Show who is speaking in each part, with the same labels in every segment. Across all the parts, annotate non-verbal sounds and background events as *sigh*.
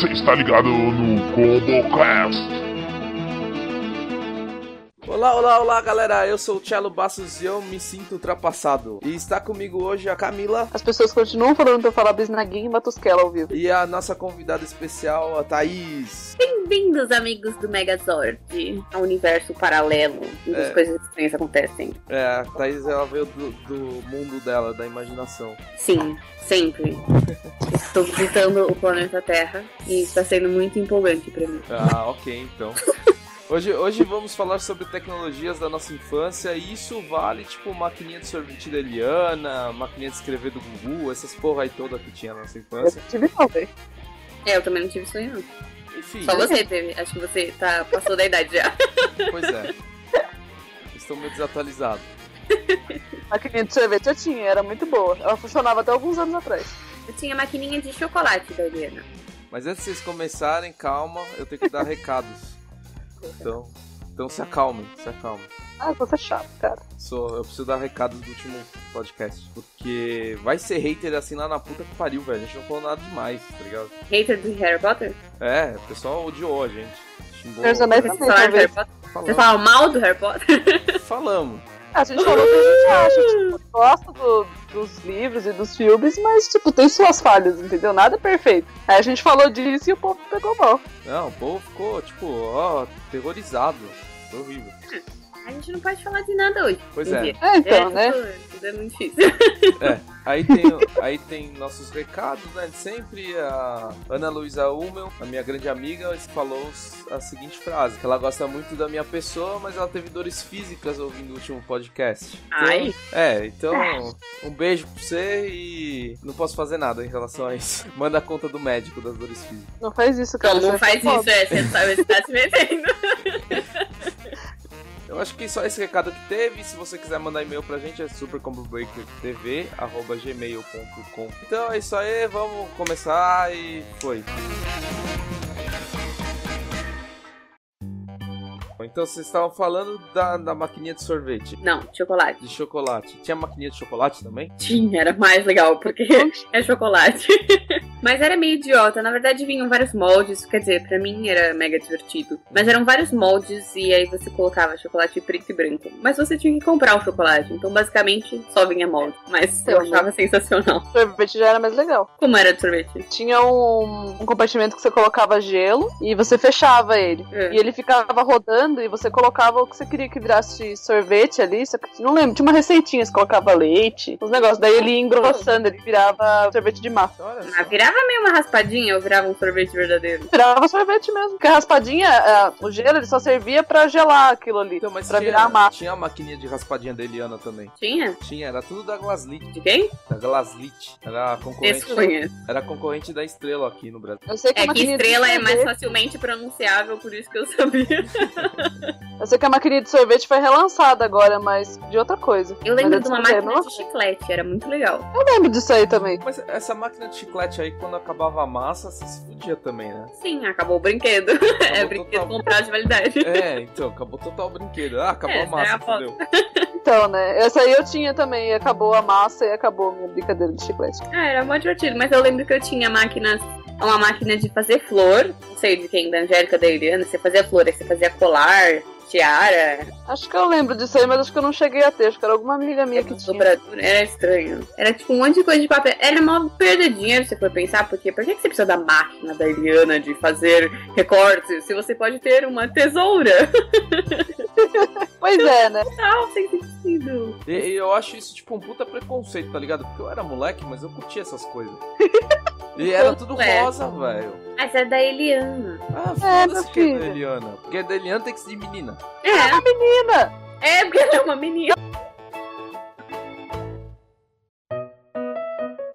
Speaker 1: Você está ligado no ComboCast.
Speaker 2: Olá, olá, olá, galera. Eu sou o Cello Bastos e eu me sinto ultrapassado. E está comigo hoje a Camila
Speaker 3: As pessoas continuam falando pra eu falar bisnaguinha e matusquela ao vivo.
Speaker 2: e a nossa convidada especial, a Thaís.
Speaker 4: Bem-vindos, amigos do Megazord, ao universo paralelo em que
Speaker 2: É.
Speaker 4: as coisas estranhas acontecem.
Speaker 2: É, a Thaís ela veio do, do mundo dela, da imaginação.
Speaker 4: Sim,
Speaker 2: *laughs*
Speaker 4: sempre. Estou visitando o planeta Terra e está sendo muito empolgante pra mim.
Speaker 2: Ah, ok, então. *laughs* Hoje, hoje vamos falar sobre tecnologias da nossa infância e isso vale tipo maquininha de sorvete da Eliana, maquininha de escrever do Gugu, essas porra aí toda que tinha na nossa
Speaker 3: Eu
Speaker 2: infância.
Speaker 3: não tive não, velho.
Speaker 4: É, eu também não tive sonho. não.
Speaker 2: Enfim,
Speaker 4: Só você teve. Acho que você tá, passou da idade já.
Speaker 2: pois é. Estou meio desatualizado.
Speaker 3: Maquininha de sorvete eu tinha, era muito boa. Ela funcionava até alguns anos atrás.
Speaker 4: Eu tinha maquininha de chocolate da Eliana.
Speaker 2: Mas antes de vocês começarem, calma, eu tenho que dar recados. Então, então se acalmem, se acalmem.
Speaker 3: Ah, você é chato, cara.
Speaker 2: Só, eu preciso dar recados do último podcast. Porque vai ser hater assim lá na puta que pariu, velho. A gente não falou nada demais, tá ligado?
Speaker 4: Hater de Harry Potter?
Speaker 2: É, o pessoal odiou a gente. Xingou.
Speaker 3: Personagem
Speaker 4: Vocês
Speaker 3: também,
Speaker 4: falaram do
Speaker 3: talvez.
Speaker 4: Harry Potter? Vocês
Speaker 2: Falamos.
Speaker 4: falaram mal do Harry Potter?
Speaker 2: Falamos.
Speaker 3: A gente falou o que a gente acha, tipo, gosta do- dos livros e dos filmes, mas, tipo, tem suas falhas, entendeu? Nada é perfeito. Aí a gente falou disso e o povo pegou mal.
Speaker 2: Não, o povo ficou, tipo, ó, terrorizado. Foi horrível.
Speaker 4: *laughs* A gente não pode falar de nada hoje.
Speaker 2: Pois é.
Speaker 4: Mentira.
Speaker 3: É, então, né?
Speaker 4: Tudo é muito difícil.
Speaker 2: Aí tem, o- aí tem nossos recados, né? de Sempre a Ana Luísa Hummel, a minha grande amiga, falou s- a seguinte frase: que ela gosta muito da minha pessoa, mas ela teve dores físicas ouvindo o último podcast. Então-
Speaker 4: *laughs* Ai.
Speaker 2: É, então, um beijo pra você e não posso fazer nada em relação a isso. Manda a conta do médico das dores físicas.
Speaker 3: Não faz isso, cara.
Speaker 4: Não, não
Speaker 3: você tá
Speaker 4: faz
Speaker 3: foda.
Speaker 4: isso, é. Você sabe, você tá se metendo. *laughs*
Speaker 2: Eu acho que só esse recado que teve. Se você quiser mandar e-mail pra gente, é supercombobreakertv.gmail.com. Então é isso aí, vamos começar e foi. Bom, Então vocês estavam falando da, da maquininha de sorvete,
Speaker 4: Não, chocolate.
Speaker 2: de chocolate. Tinha maquininha de chocolate também?
Speaker 4: Tinha, era mais legal, porque *laughs* é chocolate. *laughs* Mas era meio idiota. Na verdade, vinham vários moldes. Quer dizer, pra mim era mega divertido. Mas eram vários moldes e aí você colocava chocolate preto e branco. Mas você tinha que comprar o chocolate. Então, basicamente, só vinha molde. Mas eu
Speaker 3: Sim.
Speaker 4: achava sensacional.
Speaker 3: Um Sorvete já era mais legal.
Speaker 4: Como era de sorvete?
Speaker 3: Tinha um, um compartimento que você colocava gelo e você fechava ele.
Speaker 4: É.
Speaker 3: E ele ficava rodando e você colocava o que você queria que virasse sorvete ali. Só que não lembro, tinha uma receitinha, você colocava leite, uns negócios. Daí ele ia engrossando, ele virava sorvete de massa.
Speaker 2: Então, Olha
Speaker 4: Ah, virava meio uma raspadinha ou virava um sorvete verdadeiro?
Speaker 3: Virava sorvete mesmo. Porque a raspadinha, é, o gelo, ele só servia pra gelar aquilo ali.
Speaker 2: Então, mas
Speaker 3: pra
Speaker 2: tinha,
Speaker 3: virar a massa.
Speaker 2: tinha a maquininha de raspadinha da Eliana também.
Speaker 4: Tinha?
Speaker 2: Tinha, era tudo da Glaslit.
Speaker 4: De quem?
Speaker 2: Da Glaslit. Era a concorrente,
Speaker 4: Desconheço.
Speaker 2: era a concorrente da Estrela aqui no Brasil.
Speaker 3: Eu sei que a
Speaker 4: É que
Speaker 3: maquininha de
Speaker 4: estrela é mais
Speaker 3: sorvete-
Speaker 4: facilmente pronunciável, por isso que eu sabia.
Speaker 3: Eu sei que a maquininha de sorvete foi relançada agora, mas de outra coisa.
Speaker 4: *laughs* Eu lembro
Speaker 3: Mas é
Speaker 4: de uma
Speaker 3: desculpa,
Speaker 4: máquina
Speaker 3: eu
Speaker 4: de chiclete, era muito legal.
Speaker 3: não- Eu lembro disso aí também.
Speaker 2: Mas essa máquina de chiclete aí, quando acabava a massa, você se fudia também, né?
Speaker 4: Sim, acabou o brinquedo. *laughs* é
Speaker 2: Acabou
Speaker 4: brinquedo
Speaker 2: total-
Speaker 4: comprado de validade. *laughs*
Speaker 2: É, então, acabou total o brinquedo. Ah, acabou
Speaker 4: É,
Speaker 2: a
Speaker 4: era
Speaker 2: massa,
Speaker 4: a foto.
Speaker 2: entendeu?
Speaker 3: Então, né? Essa aí eu tinha também. E acabou a massa e acabou a minha brincadeira de chiclete.
Speaker 4: Ah, era mó divertido, mas eu lembro que eu tinha máquinas. Uma máquina de fazer flor, não sei de quem, da Angélica, da Eliana. Você fazia flor, aí você fazia colar, tiara,
Speaker 3: Acho que eu lembro disso aí, mas acho que eu não cheguei a ter. Acho que era alguma amiga minha que tinha.
Speaker 4: dobradura. Era estranho. Era tipo um monte de coisa de papel. Era uma perda de dinheiro, se for pensar, porque por que que você precisa da máquina da Eliana de fazer recortes se você pode ter uma tesoura? *laughs*
Speaker 3: Pois é, né?
Speaker 4: Não, sem sentido.
Speaker 2: E, e eu acho isso, tipo, um puta preconceito, tá ligado? Porque eu era moleque, mas eu curtia essas coisas.
Speaker 4: *laughs*
Speaker 2: E era tudo
Speaker 4: É.
Speaker 2: rosa, velho.
Speaker 4: Mas é da Eliana.
Speaker 2: Ah,
Speaker 3: É,
Speaker 2: foda-se
Speaker 3: meu
Speaker 2: que é da
Speaker 3: filho.
Speaker 2: Eliana. Porque a da Eliana tem que ser de menina.
Speaker 4: É.
Speaker 3: Menina,
Speaker 4: É, porque ela é uma menina.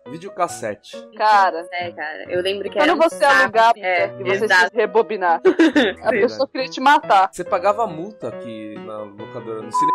Speaker 2: Videocassete.
Speaker 3: cara.
Speaker 4: É, cara. Eu lembro que era
Speaker 3: Quando
Speaker 4: um
Speaker 3: você
Speaker 4: saco.
Speaker 3: alugava
Speaker 4: É,
Speaker 3: e você
Speaker 4: exato.
Speaker 3: se rebobinar, a
Speaker 2: Verdade.
Speaker 3: pessoa queria te matar.
Speaker 2: Você pagava multa aqui na locadora, no cinema.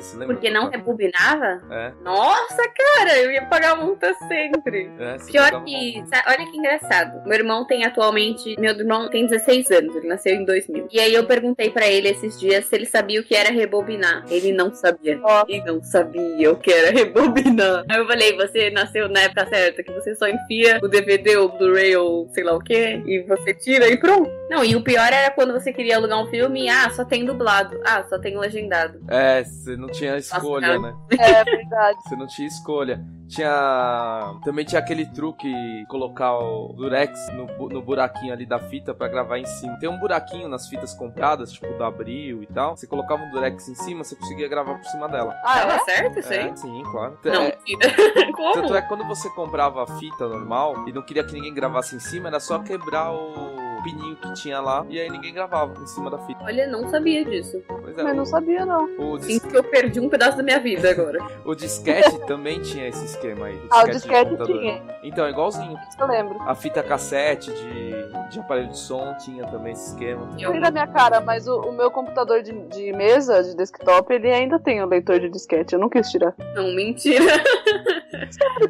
Speaker 2: Você lembra?
Speaker 4: *laughs* Porque não
Speaker 2: é
Speaker 4: rebobinava?
Speaker 2: É,
Speaker 4: Nossa, cara, eu ia pagar multa sempre.
Speaker 2: é. você
Speaker 4: Pior
Speaker 2: pegava
Speaker 4: que, sa- olha que engraçado. Meu irmão tem atualmente, meu irmão tem 16 anos, ele nasceu em 2000. E aí eu perguntei pra ele esses dias se ele sabia o que era rebobinar. Ele não sabia.
Speaker 3: Ó,
Speaker 4: Ele não sabia o que era rebobinar. Aí eu falei, você nasceu na época certa, que você só enfia o DVD ou o Blu-ray ou sei lá o que, e você tira e pronto. Não, e o pior era quando você queria alugar um filme e, ah, só tem dublado. Ah, só tem legendado.
Speaker 2: um- É, você não tinha escolha,
Speaker 4: cara.
Speaker 2: né?
Speaker 3: é verdade.
Speaker 2: Você não tinha escolha. Tinha. Também tinha aquele truque colocar o Durex no, bu- no buraquinho ali da fita pra gravar em cima. Tem um buraquinho nas fitas compradas, tipo do Abril e tal. Você colocava um Durex em cima, você conseguia gravar por cima dela.
Speaker 3: Ah,
Speaker 4: Tava
Speaker 3: é?
Speaker 4: certo isso aí?
Speaker 2: É, sim, claro.
Speaker 4: Não,
Speaker 2: É,
Speaker 4: *laughs* tira.
Speaker 2: Tanto
Speaker 4: Como?
Speaker 2: é que quando você comprava a fita normal e não queria que ninguém gravasse em cima, era só quebrar o pininho que tinha lá e aí ninguém gravava em cima da fita.
Speaker 4: Olha, não sabia disso.
Speaker 2: Pois é,
Speaker 3: Mas não sabia, não.
Speaker 2: o, o, dis-
Speaker 4: Sinto que eu perdi um pedaço da minha vida agora.
Speaker 2: o disquete também tinha esse esquema aí.
Speaker 3: Ah, o
Speaker 2: de
Speaker 3: disquete
Speaker 2: computador.
Speaker 3: tinha,
Speaker 2: Então, é igualzinho.
Speaker 3: isso eu lembro.
Speaker 2: A fita cassete de, de aparelho de som tinha também esse esquema.
Speaker 4: Eu,
Speaker 3: Ri da minha cara, mas o, o meu computador de, de mesa, de desktop, ele ainda tem o leitor de disquete. Eu não quis tirar.
Speaker 4: não, mentira.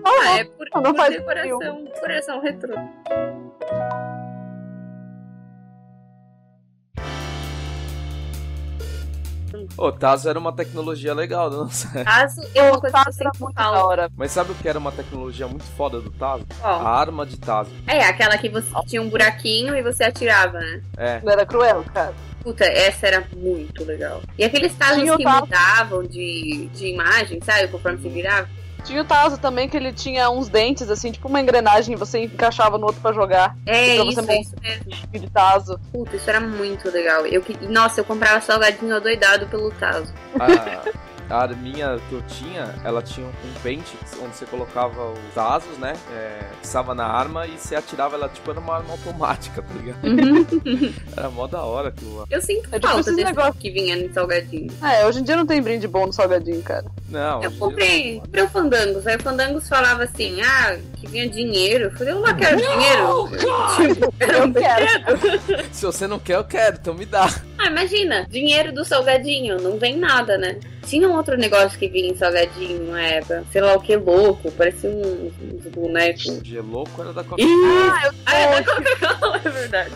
Speaker 4: Ah, *laughs* é por,
Speaker 3: Tá Não, não
Speaker 4: por
Speaker 3: faz
Speaker 4: decoração, decoração retrô.
Speaker 2: O Tazo era uma tecnologia legal, não sei.
Speaker 4: Caso é uma
Speaker 3: O
Speaker 4: coisa que eu
Speaker 3: Tazo era
Speaker 4: sempre
Speaker 3: muito da
Speaker 4: falo.
Speaker 3: hora.
Speaker 2: *laughs* Mas sabe o que era uma tecnologia muito foda do Tazo?
Speaker 4: Ó,
Speaker 2: A arma de Tazo.
Speaker 4: é aquela que você tinha um buraquinho e você atirava, né?
Speaker 2: É.
Speaker 3: Não era cruel, cara.
Speaker 4: Puta, essa era muito legal. E aqueles talos
Speaker 3: Tinha o Uhum.
Speaker 4: que
Speaker 3: tazo.
Speaker 4: mudavam de, de imagem, sabe? Conforme você virava.
Speaker 3: Tinha o Tazo também, que ele tinha uns dentes, assim, tipo uma engrenagem, você encaixava no outro pra jogar.
Speaker 4: É
Speaker 3: Então
Speaker 4: isso,
Speaker 3: você
Speaker 4: é isso mesmo.
Speaker 3: De Tazo.
Speaker 4: Puta, isso era muito legal. Eu, que- nossa, eu comprava salgadinho adoidado pelo taso.
Speaker 2: A, a arminha que eu tinha, ela tinha um pente onde você colocava os asos, né? É, fixava na arma e você atirava ela, tipo, era uma arma automática, tá ligado?
Speaker 4: Uhum.
Speaker 2: *laughs* Era mó da hora aquilo lá.
Speaker 4: Eu sinto
Speaker 3: É tipo
Speaker 4: falta
Speaker 3: esses
Speaker 4: desse
Speaker 3: negócio.
Speaker 4: que vinha no salgadinho.
Speaker 3: É, hoje em dia não tem brinde bom no salgadinho, cara.
Speaker 2: Não, hoje
Speaker 4: Eu
Speaker 2: em é
Speaker 4: comprei, comprei o Fandangos. Aí o Fandangos falava assim: ah, que vinha dinheiro. Eu falei, eu não quero dinheiro. Tipo, era um
Speaker 3: Eu quero.
Speaker 4: brinquedo.
Speaker 2: dia- Se você não quer, eu quero, então me
Speaker 4: *laughs*
Speaker 2: dá.
Speaker 4: Ah, imagina, dinheiro do salgadinho, não vem nada, né? Tinha um outro negócio que vinha em salgadinho na época, sei lá o que louco, parecia um, um boneco.
Speaker 2: Gelouco era da Coca.
Speaker 4: Ih,
Speaker 3: Ah, eu
Speaker 4: ah, é da Coca-Cola, é verdade.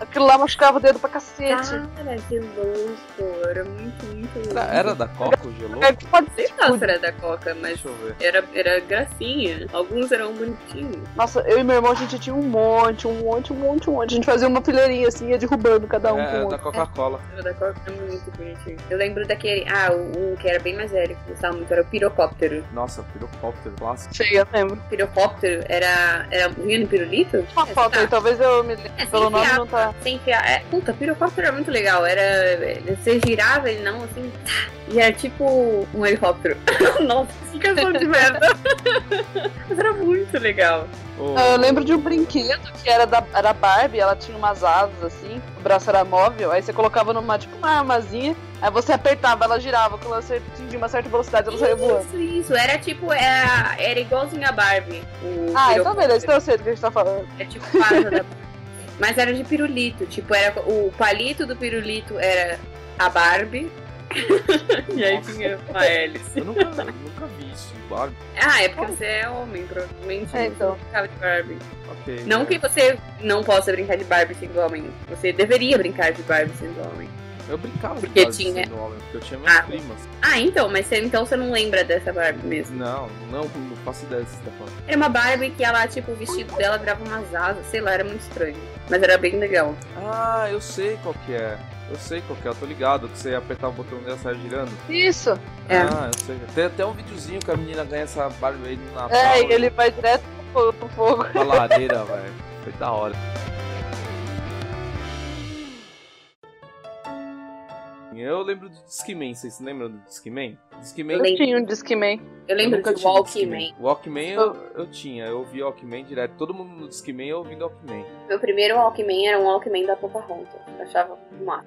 Speaker 3: Aquilo lá machucava o dedo pra cacete.
Speaker 4: Cara, que louco, era muito, muito louco.
Speaker 2: Era, era da Coca o gelouco?
Speaker 3: É, pode ser,
Speaker 4: Sei lá se
Speaker 3: tipo,
Speaker 4: era da Coca, mas
Speaker 2: Deixa eu ver.
Speaker 4: era, era gracinha. Alguns eram bonitinhos.
Speaker 3: Nossa, eu e meu irmão, a gente tinha um monte, um monte, um monte, um monte. A gente fazia uma fileirinha assim, ia derrubando cada um
Speaker 2: É,
Speaker 3: com o
Speaker 2: era da
Speaker 3: outro.
Speaker 2: Coca-Cola.
Speaker 4: O da Coca era muito bonitinho. Eu lembro daquele. Ah, o, o que era bem mais velho, que eu gostava muito, era o pirocóptero.
Speaker 2: Nossa, pirocóptero clássico.
Speaker 3: Feia, lembro.
Speaker 4: O pirocóptero era. era vinha no pirulito?
Speaker 3: Uma
Speaker 4: É,
Speaker 3: foto
Speaker 4: tá.
Speaker 3: aí, talvez eu me
Speaker 4: É,
Speaker 3: lembre.
Speaker 4: sem
Speaker 3: Pelo nome
Speaker 4: enfiar.
Speaker 3: não tá.
Speaker 4: Sem enfiar. É, puta, pirocóptero era muito legal. Era. Você girava ele não, assim. tá, E era tipo um helicóptero. *laughs* Nossa, que canção
Speaker 3: *laughs*
Speaker 4: de merda. Mas era muito legal.
Speaker 2: Ô,
Speaker 3: Ah, Eu lembro de um brinquedo que era da era Barbie, ela tinha umas asas assim, o braço era móvel, aí você colocava numa, tipo, uma armazinha, aí você apertava, ela girava, quando ela atingia uma certa velocidade, ela saía voando.
Speaker 4: Isso, isso. Era tipo. Era, era igualzinho a Barbie. o
Speaker 3: Ah, então
Speaker 4: pirocóptero.
Speaker 3: beleza, então eu sei do que a gente tá falando.
Speaker 4: É tipo pasta da. Mas era de pirulito. Tipo, era o palito do pirulito era a Barbie. *laughs* *laughs* e aí tinha uma hélice.
Speaker 2: Eu nunca, eu nunca vi isso em Barbie.
Speaker 4: Ah, é porque você é homem, provavelmente.
Speaker 3: É, então.
Speaker 4: Você brincava de Barbie.
Speaker 2: Ok.
Speaker 4: *laughs*
Speaker 2: é.
Speaker 4: Não que você não possa brincar de Barbie sendo homem. Você deveria brincar de Barbie sendo homem.
Speaker 2: Eu brincava de
Speaker 4: Porque
Speaker 2: Barbie
Speaker 4: tinha-
Speaker 2: sendo homem, porque eu tinha minhas
Speaker 4: Ah.
Speaker 2: primas.
Speaker 4: Ah, então, mas você, então você não lembra dessa Barbie mesmo.
Speaker 2: Não, não, não faço ideia do que você tá falando.
Speaker 4: Era uma Barbie que ela, tipo, o vestido dela virava umas asas, sei lá, era muito estranho. Mas era bem legal.
Speaker 2: Ah, eu sei qual que é. Eu sei qual que é, eu tô ligado. Que você apertar o botão dela sai girando.
Speaker 3: Isso!
Speaker 4: É.
Speaker 2: Ah, eu sei. Tem até um videozinho que a menina ganha essa Barbie aí no Natal.
Speaker 3: É, e ele vai direto pro, pro fogo.
Speaker 2: Na lareira, *laughs* velho. Foi da hora. Eu lembro do Discman, vocês lembram do Discman? Discman
Speaker 4: Eu lembro.
Speaker 3: Eu tinha um Discman.
Speaker 4: Eu lembro
Speaker 2: nunca
Speaker 4: de
Speaker 2: tive
Speaker 4: Walkman.
Speaker 2: Walkman eu, eu tinha, eu ouvi Walkman direto. Todo mundo no Discman eu ouvi Walkman.
Speaker 4: Meu primeiro Walkman era um Walkman da Pocahontas. Eu achava massa.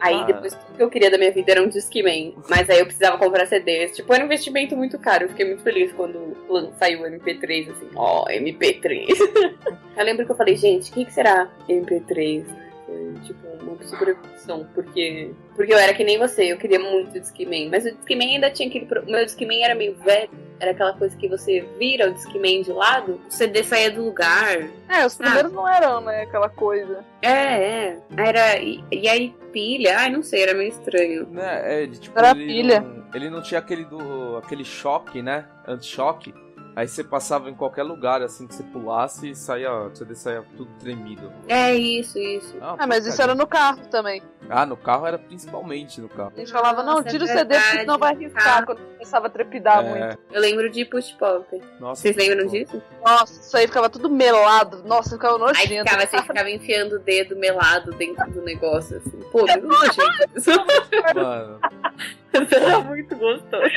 Speaker 4: Aí
Speaker 2: Ah.
Speaker 4: depois tudo que eu queria da minha vida era um Discman. Mas aí eu precisava comprar CDs. Tipo, era um investimento muito caro. Eu fiquei muito feliz quando lan- saiu o MP3, *laughs* assim. Ó, MP3. eu lembro que eu falei, gente, o que, que será MP3? né? Foi, tipo, uma super evolução. Porque, porque eu era que nem você, eu queria muito o Discman. Mas o Discman ainda tinha aquele. pro- O meu Discman era meio velho. Era aquela coisa que você vira o Discman de lado, o CD saía do lugar.
Speaker 3: É, os
Speaker 4: Ah.
Speaker 3: primeiros não eram, né? Aquela coisa.
Speaker 4: É, é. Aí Era. E, e aí pilha? Ai, não sei, era meio estranho.
Speaker 2: Né? É, ele, tipo,
Speaker 3: Era
Speaker 2: ele
Speaker 3: pilha.
Speaker 2: Não, ele não tinha aquele do. aquele choque, né? Anti-choque. Aí você passava em qualquer lugar, assim, que você pulasse e saía. Você saía tudo tremido.
Speaker 4: É isso, isso.
Speaker 3: Ah, mas isso era no carro também.
Speaker 2: Ah, no carro era principalmente no carro.
Speaker 3: A gente falava, não,
Speaker 4: Nossa,
Speaker 3: tira o
Speaker 4: é
Speaker 3: CD porque senão vai
Speaker 4: verdade. tá.
Speaker 3: riscar quando começava a
Speaker 2: É.
Speaker 3: trepidar Tá muito.
Speaker 4: Eu lembro de push pop.
Speaker 2: Nossa,
Speaker 4: Vocês lembram
Speaker 2: pô.
Speaker 4: disso?
Speaker 3: Nossa, isso aí ficava tudo melado. Nossa, ficava
Speaker 4: Aí
Speaker 3: nojento.
Speaker 4: ficava, você ficava enfiando o dedo melado dentro do negócio, assim. Pô, me nojento.
Speaker 2: Mano,
Speaker 4: Era muito gostoso.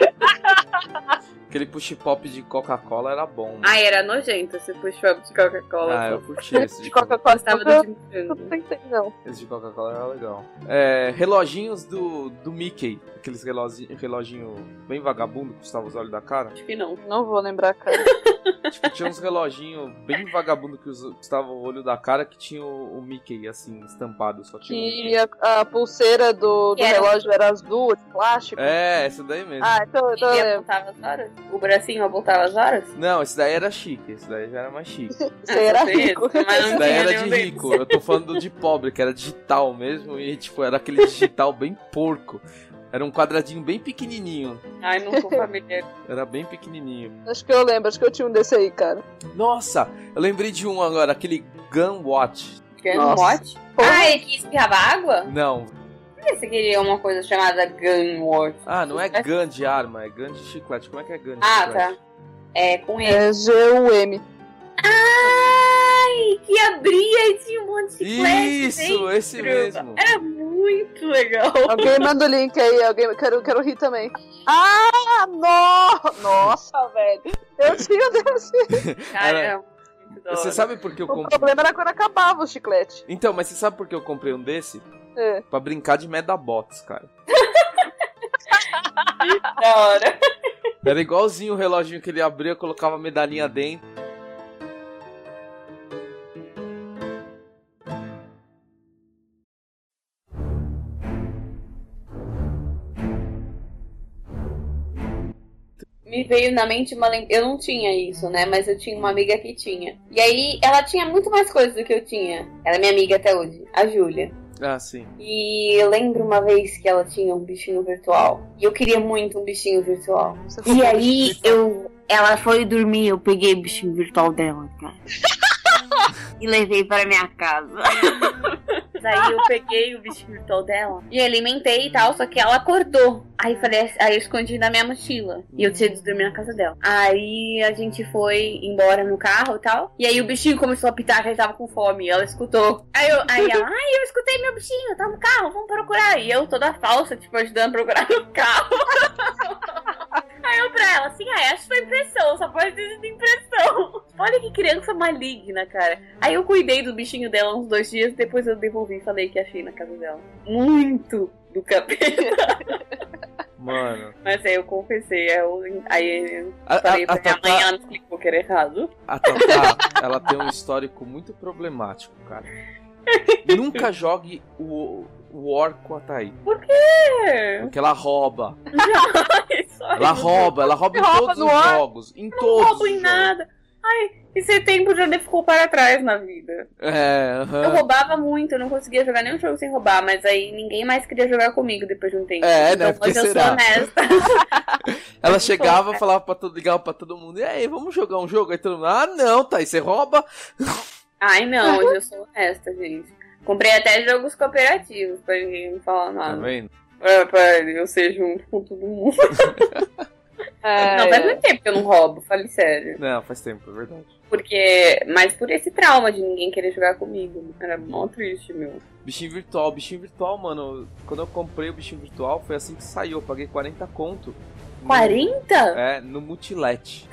Speaker 2: aquele push pop de Coca-Cola era bom. mano.
Speaker 4: Ai, era nojento esse push pop de Coca-Cola. assim.
Speaker 2: Ah,
Speaker 4: eu
Speaker 2: eu curti esse de
Speaker 3: de
Speaker 2: Coca-Cola.
Speaker 3: Coca-Cola.
Speaker 4: gostava
Speaker 3: Eu-
Speaker 4: do Jim
Speaker 3: eu
Speaker 4: Franco.
Speaker 3: não entendi, não.
Speaker 2: Esse de Coca-Cola era legal. É, reloginhos do, do Mickey. Aqueles reloginho, reloginho bem vagabundo que custava os olhos da cara.
Speaker 4: Acho que não.
Speaker 3: Não vou lembrar, cara.
Speaker 2: *laughs* Tipo, tinha uns reloginhos bem vagabundo que us- custava o olho da cara que tinha o, o Mickey, assim, estampado. Só tinha o
Speaker 3: Que
Speaker 2: Mickey.
Speaker 3: a, a pulseira do, do
Speaker 4: Que era-
Speaker 3: relógio era azul, de plástico.
Speaker 2: É, esse daí mesmo.
Speaker 3: Ah, então, então eu
Speaker 4: Ele
Speaker 3: lembro.
Speaker 4: apontava as horas? O bracinho apontava as horas?
Speaker 2: Não, esse daí era chique. Esse daí já era mais chique.
Speaker 3: Você era
Speaker 4: Ah, sei,
Speaker 3: rico.
Speaker 4: Mas não
Speaker 2: Esse daí
Speaker 4: tinha
Speaker 2: era
Speaker 4: nenhum
Speaker 2: de
Speaker 4: deles.
Speaker 2: rico. Eu tô falando do de pobre, que era digital mesmo. E, tipo, era aquele digital bem porco. Era um quadradinho bem pequenininho.
Speaker 4: Ai,
Speaker 3: *laughs*
Speaker 4: não sou familiar.
Speaker 2: Era bem pequenininho.
Speaker 3: *laughs* Acho que eu lembro, acho que eu tinha um desse aí, cara.
Speaker 2: Nossa, eu lembrei de um agora, aquele Gun Watch.
Speaker 4: Gun
Speaker 3: Nossa.
Speaker 4: Watch? Ah, é que espirrava água?
Speaker 2: Não,
Speaker 4: Por que você queria uma coisa chamada Gun Watch?
Speaker 2: ah, não é
Speaker 4: É.
Speaker 2: Gun de arma, é Gun de chiclete. Como é que é Gun de
Speaker 4: Ah,
Speaker 2: chiclete?
Speaker 4: tá. É, com ele.
Speaker 3: É G-U-M.
Speaker 4: Ai, que abria e tinha um monte de chiclete
Speaker 2: Isso, esse
Speaker 4: dentro.
Speaker 2: mesmo.
Speaker 4: Era muito legal.
Speaker 3: Alguém manda o link aí, alguém. Quero, quero rir também. Ah, no... nossa, velho. Eu tinha um desse.
Speaker 4: Cara,
Speaker 2: Era-
Speaker 4: muito da
Speaker 2: Você
Speaker 4: hora.
Speaker 2: sabe por que eu
Speaker 3: O
Speaker 2: comprei?
Speaker 3: problema era quando acabava o chiclete.
Speaker 2: Então, mas você sabe por que eu comprei um desse?
Speaker 3: É.
Speaker 2: Pra brincar de Medabots, cara.
Speaker 4: Da hora.
Speaker 2: Era igualzinho o reloginho que ele abria, colocava a medalhinha dentro.
Speaker 4: Me veio na mente uma lem... Eu não tinha isso, né? Mas eu tinha uma amiga que tinha. E aí, ela tinha muito mais coisas do que eu tinha. Ela é minha amiga até hoje, a Júlia.
Speaker 2: Ah, sim.
Speaker 4: E eu lembro uma vez que ela tinha um bichinho virtual. E eu queria muito um bichinho virtual.
Speaker 3: Você
Speaker 4: E
Speaker 3: ficou-
Speaker 4: aí eu. Ela foi dormir, eu peguei o bichinho virtual dela, *laughs* cara. e levei pra minha casa. *laughs* Daí eu peguei o bichinho virtual dela e alimentei e tal, só que ela acordou. Aí falei, assim- aí eu escondi na minha mochila. E eu tinha ido dormir na casa dela. Aí a gente foi embora no carro e tal. E aí o bichinho começou a pitar que ele tava com fome. E ela escutou. Aí, eu, aí ela, ai, eu escutei meu bichinho, tá no carro, vamos procurar. E eu toda falsa, tipo, ajudando a procurar no carro. Aí eu pra ela, assim, ah, acho que foi impressão, só pode ter sido impressão. *laughs* Olha que criança maligna, cara. Aí eu cuidei do bichinho dela uns dois dias, depois eu devolvi e falei que achei na casa dela. Muito do capeta.
Speaker 2: Mano.
Speaker 4: *laughs* Mas aí eu confessei, aí eu, aí eu
Speaker 2: A, a,
Speaker 4: falei
Speaker 2: a
Speaker 4: pra minha
Speaker 2: Tatá-
Speaker 4: mãe, "Ah, ela me explicou que era errado.
Speaker 2: A Tatá, ela tem um histórico muito problemático, cara. Nunca jogue o, o War com a Thaí.
Speaker 4: É,
Speaker 2: Porque ela rouba.
Speaker 4: isso aí.
Speaker 2: Ela rouba, ela rouba em
Speaker 3: Rouba
Speaker 2: todos
Speaker 3: no
Speaker 2: os
Speaker 3: War.
Speaker 2: jogos. Em
Speaker 4: Não
Speaker 2: todos
Speaker 4: roubo
Speaker 2: os
Speaker 4: em
Speaker 2: jogos.
Speaker 4: nada. Ai, e setembro já ficou para trás na vida.
Speaker 2: É,
Speaker 4: Eu
Speaker 2: aham.
Speaker 4: roubava muito, eu não conseguia jogar nenhum jogo sem roubar, mas aí ninguém mais queria jogar comigo depois de um tempo.
Speaker 2: É, né? Por
Speaker 4: Então,
Speaker 2: que
Speaker 4: hoje eu sou
Speaker 2: será?
Speaker 4: honesta.
Speaker 2: Ela chegava, falava pra todo, ligava pra todo mundo, e aí, vamos jogar um jogo? Aí todo mundo, ah, não, tá, aí você rouba.
Speaker 4: Ai, não, hoje eu sou honesta, gente. Comprei até jogos cooperativos pra ninguém me falar
Speaker 2: Tá
Speaker 4: nada.
Speaker 2: vendo?
Speaker 4: Pra, É, pra eu ser junto com todo mundo.
Speaker 3: É,
Speaker 4: não, faz muito tempo que eu não roubo, fale sério.
Speaker 2: Não, faz tempo, é verdade.
Speaker 4: Porque. Mas por esse trauma de ninguém querer jogar comigo. Era mó triste, meu.
Speaker 2: Bichinho virtual, bichinho virtual, mano. Quando eu comprei o bichinho virtual, foi assim que saiu. Eu paguei 40 conto. É, No,
Speaker 4: 40?
Speaker 2: é, no mutilete.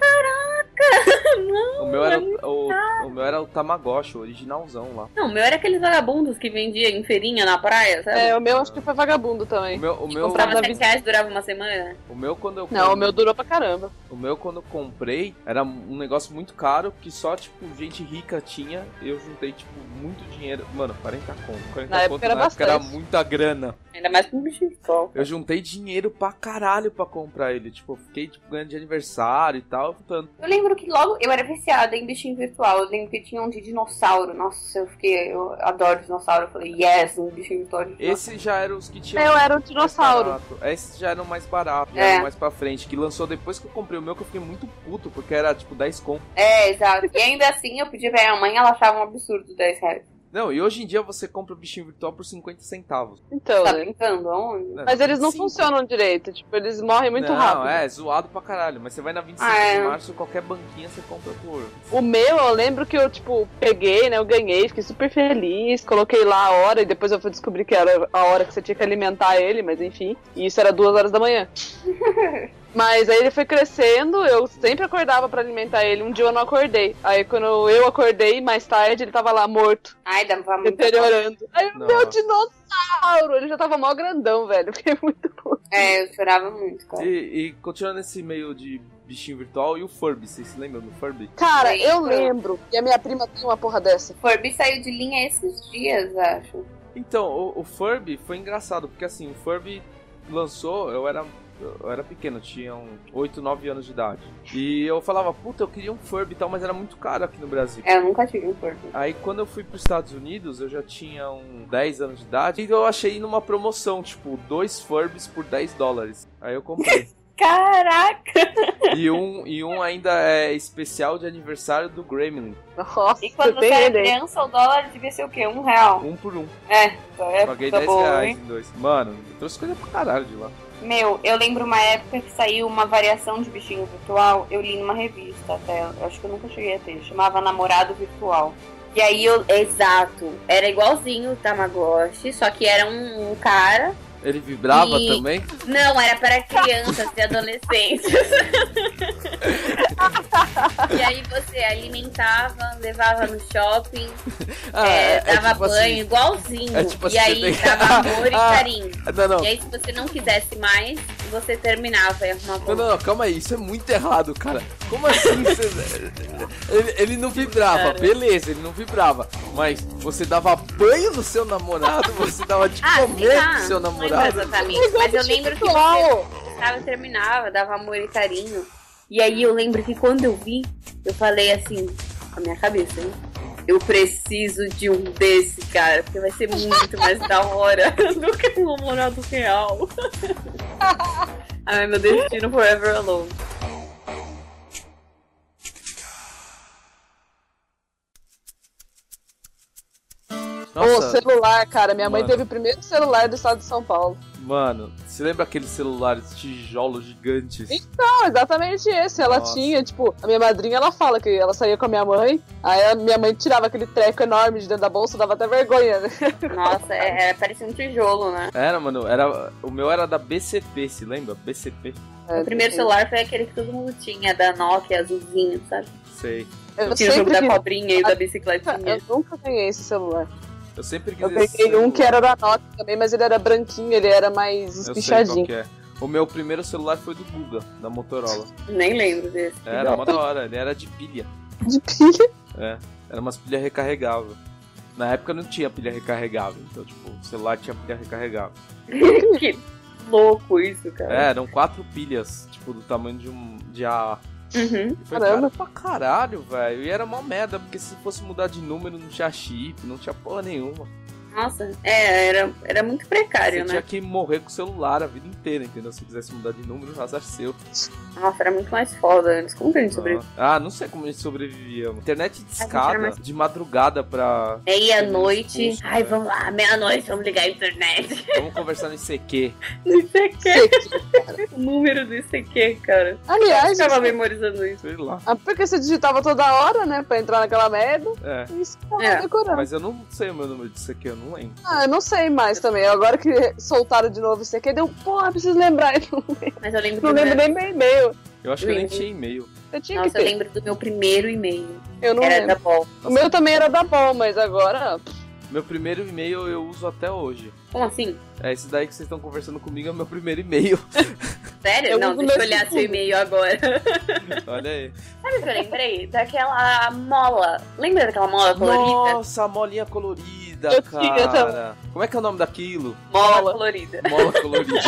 Speaker 4: Não,
Speaker 2: O meu era o, o- o meu era o Tamagotchi, o originalzão lá.
Speaker 4: não, o meu era aqueles vagabundos que vendia em feirinha na praia, sabe?
Speaker 3: É, o meu acho que foi vagabundo
Speaker 2: O
Speaker 3: também.
Speaker 2: meu, o meu,
Speaker 3: comprava
Speaker 4: Comprava
Speaker 3: na
Speaker 4: 7
Speaker 3: vida-
Speaker 4: reais, durava uma semana.
Speaker 2: o meu quando eu
Speaker 3: Não, o meu durou pra caramba.
Speaker 2: O meu, quando eu comprei, era um negócio muito caro que só, tipo, gente rica tinha. Eu juntei, tipo, muito dinheiro. Mano, 40 conto. 40
Speaker 3: Na
Speaker 2: conto
Speaker 3: época era
Speaker 2: na época era
Speaker 3: bastante.
Speaker 2: muita grana.
Speaker 4: Ainda mais com um bicho de sol.
Speaker 2: Eu juntei dinheiro pra caralho pra comprar ele. Tipo, eu fiquei, tipo, ganhando de aniversário e tal. Juntando.
Speaker 4: Eu lembro que logo eu era viciada em bichinho virtual. Eu lembro que tinha um de dinossauro. Nossa, eu fiquei. Eu adoro dinossauro. Eu falei, yes, um bichinho virtual de dinossauro.
Speaker 2: Esses já eram os que tinham.
Speaker 3: Eu era um
Speaker 2: mais
Speaker 3: dinossauro.
Speaker 2: barato. Esses já eram mais baratos, já
Speaker 4: É.
Speaker 2: eram mais pra frente. Que lançou depois que eu comprei o meu, que eu fiquei muito puto, porque era tipo 10 conto.
Speaker 4: É, exato. E ainda assim eu pedi pra minha mãe, ela achava um absurdo 10 reais.
Speaker 2: Não, e hoje em dia você compra o bichinho virtual por 50 centavos.
Speaker 3: Então,
Speaker 4: Tá
Speaker 3: né?
Speaker 4: brincando? Aonde?
Speaker 3: Mas eles não
Speaker 2: funcionam.
Speaker 3: funcionam direito, tipo, eles morrem muito
Speaker 2: não,
Speaker 3: rápido.
Speaker 2: é, zoado pra caralho. Mas você vai na 25
Speaker 4: Ah, é.
Speaker 2: de março, qualquer banquinha você compra por.
Speaker 3: O meu, eu lembro que eu, tipo, peguei, né? Eu ganhei, fiquei super feliz, coloquei lá a hora e depois eu fui descobrir que era a hora que você tinha que alimentar ele, mas enfim. E isso era duas horas
Speaker 2: *laughs*
Speaker 3: da manhã. Mas aí ele foi crescendo, eu sempre acordava pra alimentar ele. Um dia eu não acordei. Aí quando eu acordei, mais tarde, ele tava lá morto,
Speaker 4: Ai, dava muito.
Speaker 3: deteriorando. Aí o meu
Speaker 2: Nossa.
Speaker 3: dinossauro! Ele já tava mó grandão, velho. Eu Fiquei muito puto.
Speaker 4: É, eu chorava muito, cara.
Speaker 2: E, e continuando esse meio de bichinho virtual e o Furby, vocês se lembram do Furby?
Speaker 3: Cara, eu
Speaker 4: Lembro.
Speaker 3: lembro. E a minha prima tem uma porra dessa.
Speaker 4: Forbi saiu de linha esses dias, acho.
Speaker 2: Então, o, o Furby foi engraçado, porque assim, o Furby lançou, eu era. Eu era pequeno, tinha um 8, 9 anos de idade. E eu falava, puta, eu queria um Furby e tal, mas era muito caro aqui no Brasil.
Speaker 4: É, eu nunca tive um Forbi.
Speaker 2: Aí quando eu fui pros Estados Unidos, eu já tinha um 10 anos de idade. E eu achei numa promoção, tipo, dois Furbies por 10 dólares. Aí eu
Speaker 4: *laughs*
Speaker 2: comprei.
Speaker 4: Caraca!
Speaker 2: E um, e um ainda é especial de aniversário do Gremlin.
Speaker 3: Nossa,
Speaker 4: E quando você
Speaker 3: tem
Speaker 4: era
Speaker 3: ele, hein?
Speaker 4: criança, o dólar devia ser o quê? Um real.
Speaker 2: Um por um.
Speaker 4: É, então é
Speaker 2: Paguei
Speaker 4: tá
Speaker 2: 10
Speaker 4: bom,
Speaker 2: reais
Speaker 4: hein?
Speaker 2: em dois. Mano, eu trouxe coisa pra caralho de lá.
Speaker 4: Meu, eu lembro uma época que saiu uma variação de bichinho virtual. Eu li numa revista até. Eu acho que eu nunca cheguei a ter. Chamava Namorado Virtual. E aí eu. Exato. Era igualzinho o Tamagotchi, só que era um, um cara.
Speaker 2: Ele vibrava
Speaker 4: E-
Speaker 2: também?
Speaker 4: Não, era para crianças e adolescentes. *laughs* e aí você alimentava, levava no shopping,
Speaker 2: Ah,
Speaker 4: é,
Speaker 2: é
Speaker 4: dava
Speaker 2: tipo assim,
Speaker 4: banho, igualzinho.
Speaker 2: é tipo assim,
Speaker 4: e aí
Speaker 2: você tem-
Speaker 4: dava amor
Speaker 2: *laughs*
Speaker 4: e
Speaker 2: Ah.
Speaker 4: carinho.
Speaker 2: Não, não.
Speaker 4: E aí, se você não quisesse mais, você terminava e arrumava um
Speaker 2: Não, não, não, calma aí, isso é muito errado, cara. Como assim? *laughs* você- ele, ele não vibrava,
Speaker 4: Cara.
Speaker 2: beleza, ele não vibrava. Mas você dava banho no seu namorado,
Speaker 4: *laughs*
Speaker 2: você dava de
Speaker 4: Ah, sim,
Speaker 2: comer
Speaker 4: tá.
Speaker 2: no seu
Speaker 4: Não lembro
Speaker 2: namorado.
Speaker 4: exatamente.
Speaker 3: é
Speaker 4: Mas eu lembro
Speaker 3: tipo,
Speaker 4: que você
Speaker 3: Uau!
Speaker 4: ficava e terminava, dava amor e carinho. E aí eu lembro que quando eu vi, eu falei assim, com a minha cabeça, hein? Eu preciso de um desse, cara, porque vai ser muito mais da hora *laughs* do que um namorado real. *laughs* Ai, meu destino forever alone.
Speaker 3: Ô,
Speaker 2: Nossa,
Speaker 3: celular, cara. Minha mãe
Speaker 2: Mano.
Speaker 3: teve o primeiro celular do estado de São Paulo.
Speaker 2: mano, você lembra aqueles celulares tijolos gigantes?
Speaker 3: Não, exatamente esse. Ela
Speaker 2: Nossa.
Speaker 3: tinha, tipo, a minha madrinha, ela fala que ela saía com a minha mãe. Aí a minha mãe tirava aquele treco enorme de dentro da bolsa, dava até vergonha. né?
Speaker 4: Nossa, é, é, parecia um tijolo, né?
Speaker 2: Era, mano, era, o meu era da BCP, se lembra? BCP,
Speaker 4: O primeiro celular foi aquele que todo mundo tinha, da Nokia, azulzinho, sabe?
Speaker 2: sei.
Speaker 3: Eu
Speaker 4: Tinha o jogo
Speaker 3: sempre Ah,
Speaker 4: da
Speaker 3: quis-
Speaker 4: cobrinha e da bicicletinha.
Speaker 3: Eu nunca ganhei esse celular.
Speaker 2: Eu sempre quis
Speaker 3: Eu
Speaker 2: esse
Speaker 3: peguei um
Speaker 2: celular.
Speaker 3: que era da Nokia também, mas ele era branquinho, ele era mais
Speaker 2: Eu sei qual
Speaker 3: espichadinho.
Speaker 2: que é. O meu primeiro celular foi do Guga, da Motorola.
Speaker 4: Nem lembro desse.
Speaker 2: Era mó da hora, ele era de pilha.
Speaker 3: *laughs* De pilha.
Speaker 2: Era umas pilhas recarregável. Na época não tinha pilha recarregável, então tipo, o celular tinha pilha recarregável.
Speaker 4: *laughs* que louco isso, cara.
Speaker 2: É, eram quatro pilhas, tipo, do tamanho de um de A.
Speaker 4: Uhum.
Speaker 2: E foi caro
Speaker 3: Caramba.
Speaker 2: pra caralho, velho. E era uma merda, porque se fosse mudar de número não tinha chip, não tinha porra nenhuma.
Speaker 4: Nossa, é, era, era muito precário,
Speaker 2: Você
Speaker 4: né?
Speaker 2: tinha que morrer com o celular a vida inteira, entendeu? Se quisesse mudar de número, razar seu.
Speaker 4: Nossa, era muito mais foda antes. Como que a gente sobreviveu?
Speaker 2: Ah, não sei como a gente sobrevivia. mano. Internet de
Speaker 4: era mais-
Speaker 2: de madrugada pra.
Speaker 4: Meia-noite.
Speaker 2: Expulso,
Speaker 4: Ai,
Speaker 2: né?
Speaker 4: vamos lá, meia-noite, vamos ligar a internet. *laughs*
Speaker 2: Vamos conversar no ICQ.
Speaker 4: No *laughs* ICQ. O número do ICQ, cara.
Speaker 3: Aliás,
Speaker 4: Eu tava
Speaker 3: gente,
Speaker 4: memorizando isso.
Speaker 2: Sei lá.
Speaker 3: ah, porque você digitava toda hora, né, pra entrar naquela merda,
Speaker 2: É.
Speaker 3: e isso tava
Speaker 4: É,
Speaker 3: decorando.
Speaker 2: Mas eu não sei o meu número de ICQ, eu não lembro.
Speaker 3: Ah, eu não sei mais também. Agora que soltaram de novo isso aqui, deu, porra, preciso lembrar. *laughs* Eu
Speaker 4: Mas eu lembro
Speaker 3: não
Speaker 4: que
Speaker 3: lembro nem meu e-mail.
Speaker 2: Eu acho que eu nem
Speaker 4: Lembro.
Speaker 2: tinha e-mail.
Speaker 3: Eu tinha que
Speaker 4: Nossa, eu
Speaker 3: ter.
Speaker 4: lembro do meu primeiro e-mail.
Speaker 3: Eu não
Speaker 4: Era
Speaker 3: lembro.
Speaker 4: da Bol.
Speaker 3: O meu também era da Ball, mas agora.
Speaker 2: Meu primeiro e-mail eu uso até hoje.
Speaker 4: Como assim?
Speaker 2: É esse daí que vocês estão conversando comigo, é o meu primeiro e-mail. *laughs*
Speaker 4: Sério?
Speaker 3: Eu
Speaker 4: não,
Speaker 3: uso
Speaker 4: deixa eu
Speaker 3: meu
Speaker 4: olhar
Speaker 3: segundo.
Speaker 4: seu e-mail *laughs* agora.
Speaker 2: Olha aí.
Speaker 4: Sabe o que eu lembrei? Daquela mola. Lembra daquela mola colorida?
Speaker 2: Nossa, a molinha colorida,
Speaker 3: Eu tinha
Speaker 2: cara. Como é que é o nome daquilo?
Speaker 4: Mola
Speaker 3: Mola.
Speaker 4: colorida.
Speaker 2: Mola colorida.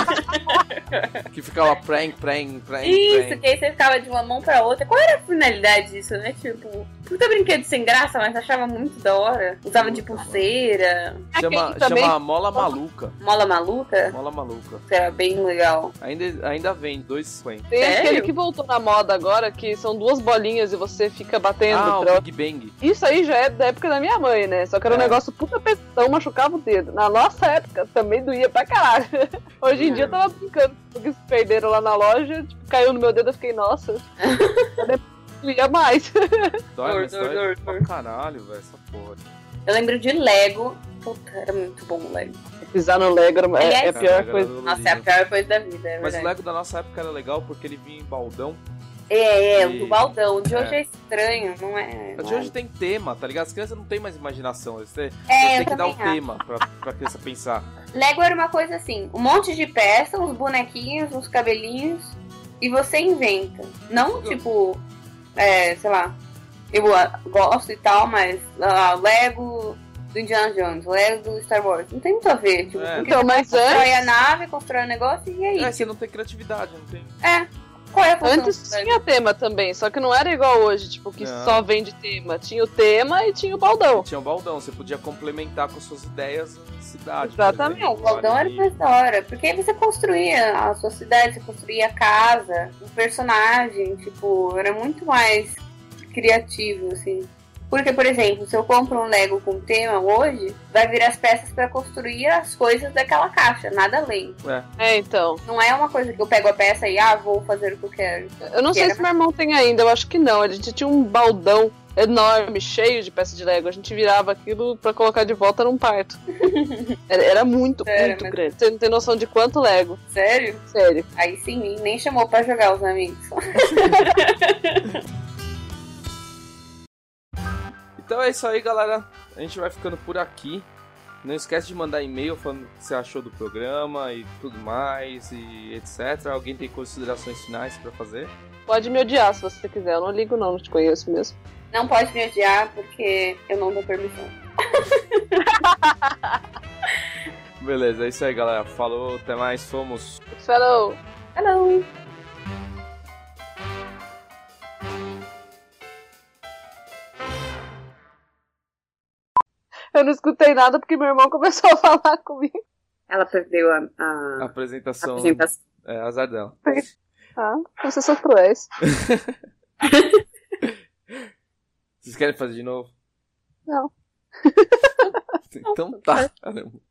Speaker 2: *laughs* que ficava prang, prang, prang,
Speaker 4: Isso,
Speaker 2: prang.
Speaker 4: que aí você ficava de uma mão pra outra. Qual era a finalidade disso, né? Tipo, puta brinquedo sem graça, mas achava muito da hora. Usava de
Speaker 2: Puta,
Speaker 4: pulseira,
Speaker 2: Chama,
Speaker 3: Aquele também.
Speaker 2: chama a mola maluca.
Speaker 4: mola maluca.
Speaker 2: Mola maluca.
Speaker 4: Isso era bem legal.
Speaker 2: Ainda, ainda vem, 2,50.
Speaker 3: Tem
Speaker 4: Sério?
Speaker 3: aquele que voltou na moda agora, que são duas bolinhas e você fica batendo.
Speaker 2: Ah,
Speaker 3: pra-
Speaker 2: o Big Bang.
Speaker 3: Isso aí já é da época da minha mãe, né? Só que era um
Speaker 2: É.
Speaker 3: negócio puta petão, machucava o dedo. Na nossa época também doía pra caralho. *laughs* Hoje em
Speaker 2: É.
Speaker 3: dia eu tava brincando, porque se perderam lá na loja, tipo, caiu no meu dedo, eu
Speaker 2: *laughs*
Speaker 3: fiquei, nossa. Cadê- doía mais. *laughs*
Speaker 2: Dói,
Speaker 4: Dor,
Speaker 2: mas
Speaker 4: dor,
Speaker 2: dói
Speaker 4: dor,
Speaker 2: pra
Speaker 4: dor.
Speaker 2: caralho, velho, essa porra.
Speaker 4: Eu lembro de Lego. Puta, era muito bom o Lego.
Speaker 3: Pisar no Lego era- é, é a
Speaker 4: Aliás,
Speaker 3: pior
Speaker 2: Caralho,
Speaker 3: coisa.
Speaker 2: era
Speaker 4: Nossa, é a
Speaker 2: dolorido.
Speaker 4: pior coisa da vida, é
Speaker 2: Mas o
Speaker 4: verdade.
Speaker 2: Lego da nossa época era legal porque ele vinha em baldão.
Speaker 4: É, é, o
Speaker 2: E-
Speaker 4: do Baldão. O de
Speaker 2: É.
Speaker 4: hoje é, estranho, não é?
Speaker 2: Mas de hoje tem tema, tá ligado? As crianças não têm mais imaginação. Eles têm,
Speaker 4: é,
Speaker 2: tem que dar o
Speaker 4: também acho.
Speaker 2: tema pra, pra criança pensar.
Speaker 4: Lego era uma coisa assim, um monte de peça, uns bonequinhos, uns cabelinhos, e você inventa. Não tipo, é, sei lá, eu ah, gosto e tal, mas ah, Lego do Indiana Jones, Lego do Star Wars. Não tem muito a ver, tipo,
Speaker 2: É.
Speaker 4: porque
Speaker 3: Então, mas
Speaker 4: constrói a
Speaker 3: antes,
Speaker 4: nave, constrói o negócio e é
Speaker 2: É,
Speaker 4: isso.
Speaker 2: você não tem criatividade, não tem.
Speaker 4: Qual é a função
Speaker 3: antes
Speaker 4: do Lego?
Speaker 3: tinha tema também, só que não era igual hoje, tipo, que
Speaker 2: Não.
Speaker 3: só vende tema. Tinha o tema e tinha o baldão.
Speaker 2: Tinha um baldão, você podia complementar com suas ideias a cidade. por
Speaker 3: Exatamente.
Speaker 2: exemplo,
Speaker 4: Não, o Baldão era
Speaker 2: ali.
Speaker 4: mais da hora, porque aí você construía a sua cidade, você construía a casa, o personagem, tipo, era muito mais criativo, assim. Porque, por exemplo, se eu compro um Lego com tema hoje, vai vir as peças pra construir as coisas daquela caixa, nada além.
Speaker 3: É, então.
Speaker 4: Não é uma coisa que eu pego a peça e, ah, vou fazer o que eu quero.
Speaker 3: Eu não
Speaker 4: Que
Speaker 3: sei
Speaker 4: era
Speaker 3: se meu irmão tem ainda, eu acho que não. A gente tinha um baldão enorme, cheio de peça de Lego. A gente virava aquilo pra colocar de volta num
Speaker 4: *laughs*
Speaker 3: parto. Era, era muito,
Speaker 4: Sério,
Speaker 3: muito
Speaker 4: mas-
Speaker 3: grande. Você não tem noção de quanto Lego,
Speaker 4: Sério?
Speaker 3: sério.
Speaker 4: Aí sim, nem chamou pra jogar os amigos. *laughs*
Speaker 2: Então é isso aí, galera. A gente vai ficando por aqui. Não esquece de mandar e-mail falando o que você achou do programa e tudo mais e etc. Alguém tem considerações finais pra fazer?
Speaker 3: Pode me odiar se você quiser. Eu não ligo, não, não te conheço mesmo.
Speaker 4: Não pode me odiar porque eu não dou permissão.
Speaker 2: Beleza, é isso aí, galera. Falou, até mais, fomos.
Speaker 3: Falou!
Speaker 4: Hello!
Speaker 3: Eu não escutei nada porque meu irmão começou a *laughs* falar comigo.
Speaker 4: Ela perdeu a,
Speaker 2: A
Speaker 4: a
Speaker 2: apresentação
Speaker 4: apresentação.
Speaker 2: é azar dela.
Speaker 3: Ah, vocês são cruéis.
Speaker 2: Vocês querem fazer de novo?
Speaker 3: Não.
Speaker 2: *laughs* Então tá, caramba.